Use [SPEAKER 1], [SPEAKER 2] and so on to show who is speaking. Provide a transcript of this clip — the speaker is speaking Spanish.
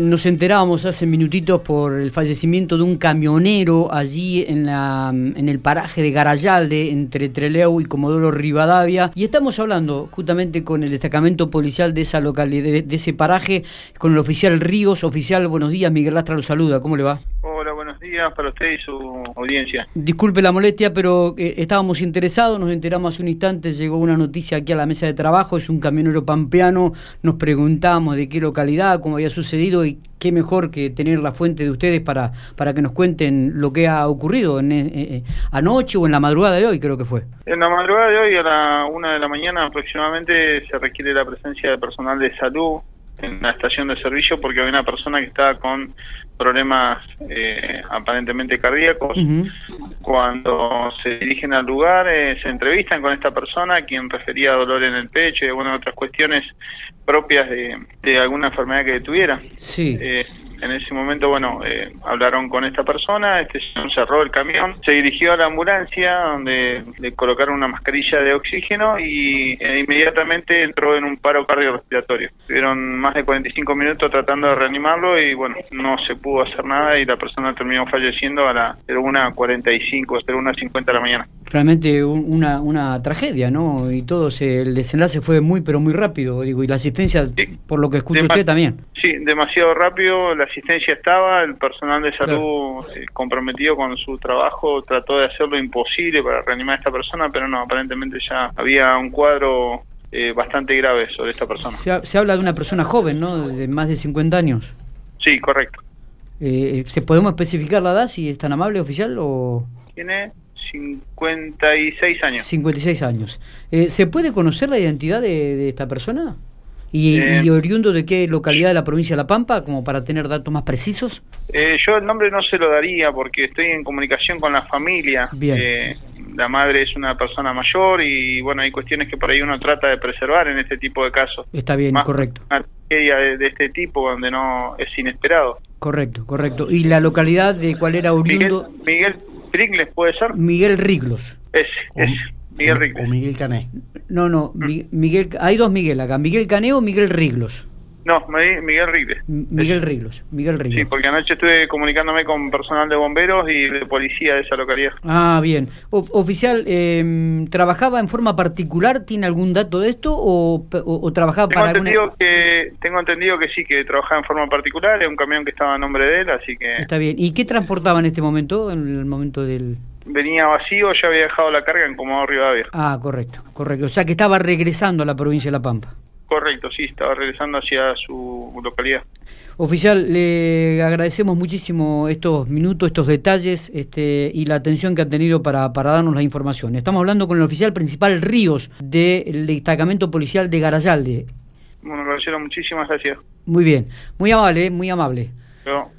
[SPEAKER 1] Nos enterábamos hace minutitos por el fallecimiento de un camionero allí en, la, en el paraje de Garayalde, entre Treleu y Comodoro Rivadavia. Y estamos hablando justamente con el destacamento policial de esa localidad, de, de ese paraje, con el oficial Ríos. Oficial, buenos días. Miguel Lastra lo saluda. ¿Cómo le va?
[SPEAKER 2] Hola, buenos días para usted y su audiencia.
[SPEAKER 1] Disculpe la molestia, pero eh, estábamos interesados, nos enteramos hace un instante, llegó una noticia aquí a la mesa de trabajo, es un camionero pampeano, nos preguntamos de qué localidad, cómo había sucedido y qué mejor que tener la fuente de ustedes para, para que nos cuenten lo que ha ocurrido en, eh, eh, anoche o en la madrugada de hoy, creo que fue.
[SPEAKER 2] En la madrugada de hoy, a la una de la mañana aproximadamente, se requiere la presencia de personal de salud en la estación de servicio porque había una persona que estaba con problemas eh, aparentemente cardíacos. Uh -huh. Cuando se dirigen al lugar, eh, se entrevistan con esta persona, quien refería dolor en el pecho y algunas otras cuestiones propias de, de alguna enfermedad que tuviera.
[SPEAKER 1] Sí.
[SPEAKER 2] Eh, en ese momento, bueno, eh, hablaron con esta persona, este cerró el camión, se dirigió a la ambulancia donde le colocaron una mascarilla de oxígeno y eh, inmediatamente entró en un paro cardiorrespiratorio. Tuvieron más de 45 minutos tratando de reanimarlo y bueno, no se pudo hacer nada y la persona terminó falleciendo a las 01.45, 01.50 de la mañana.
[SPEAKER 1] Realmente un, una, una tragedia, ¿no? Y todo se, el desenlace fue muy, pero muy rápido, digo, y la asistencia, sí. por lo que escucha usted también.
[SPEAKER 2] Sí, demasiado rápido, la asistencia estaba, el personal de salud claro. eh, comprometido con su trabajo trató de hacer lo imposible para reanimar a esta persona, pero no, aparentemente ya había un cuadro eh, bastante grave sobre esta persona.
[SPEAKER 1] Se, ha, se, habla de una persona joven, ¿no? De más de 50 años.
[SPEAKER 2] Sí, correcto.
[SPEAKER 1] Eh, ¿Se podemos especificar la edad si es tan amable oficial o...?
[SPEAKER 2] Tiene 56 años.
[SPEAKER 1] 56 años. Eh, ¿Se puede conocer la identidad de, de esta persona? ¿Y, eh, ¿Y, oriundo de qué localidad de la provincia de La Pampa, como para tener datos más precisos?
[SPEAKER 2] Eh, yo el nombre no se lo daría porque estoy en comunicación con la familia.
[SPEAKER 1] Bien.
[SPEAKER 2] Eh, la madre es una persona mayor y bueno, hay cuestiones que por ahí uno trata de preservar en este tipo de casos.
[SPEAKER 1] Está bien,
[SPEAKER 2] Más
[SPEAKER 1] correcto.
[SPEAKER 2] Una tragedia de, de, este tipo donde no es inesperado.
[SPEAKER 1] Correcto, correcto. ¿Y la localidad de cuál era oriundo?
[SPEAKER 2] Ah. Miguel, Miguel Rigles, ¿puede ser?
[SPEAKER 1] Miguel Riglos.
[SPEAKER 2] Ese, ese. Miguel Rigles.
[SPEAKER 3] O Miguel Cané.
[SPEAKER 1] No, no,
[SPEAKER 2] Ah.
[SPEAKER 1] Mi Miguel, hay dos Miguel acá, Miguel Cané o Miguel Riglos.
[SPEAKER 2] No, Miguel Rigles.
[SPEAKER 1] M Miguel Riglos, Miguel Riglos.
[SPEAKER 2] Sí, porque anoche estuve comunicándome con personal de bomberos y de policía de esa localidad.
[SPEAKER 1] Ah, bien. O oficial, eh, ¿trabajaba en forma particular? ¿Tiene algún dato de esto o, o, o trabajaba
[SPEAKER 2] tengo
[SPEAKER 1] para
[SPEAKER 2] entendido alguna... que Tengo entendido que sí, que trabajaba en forma particular, es un camión que estaba a nombre de él, así que...
[SPEAKER 1] Está bien. ¿Y qué transportaba en este momento, en el momento del...?
[SPEAKER 2] venía vacío, ya había dejado la carga en Comodoro Rivadavia.
[SPEAKER 1] Ah, correcto, correcto. O sea que estaba regresando a la provincia de La Pampa.
[SPEAKER 2] Correcto, sí, estaba regresando hacia su localidad.
[SPEAKER 1] Oficial, le agradecemos muchísimo estos minutos, estos detalles este, y la atención que ha tenido para, para darnos la información. Estamos hablando con el oficial principal Ríos del destacamento policial de Garayalde.
[SPEAKER 2] Bueno, agradecieron muchísimas gracias.
[SPEAKER 1] Muy bien, muy amable, muy amable.
[SPEAKER 2] Pero...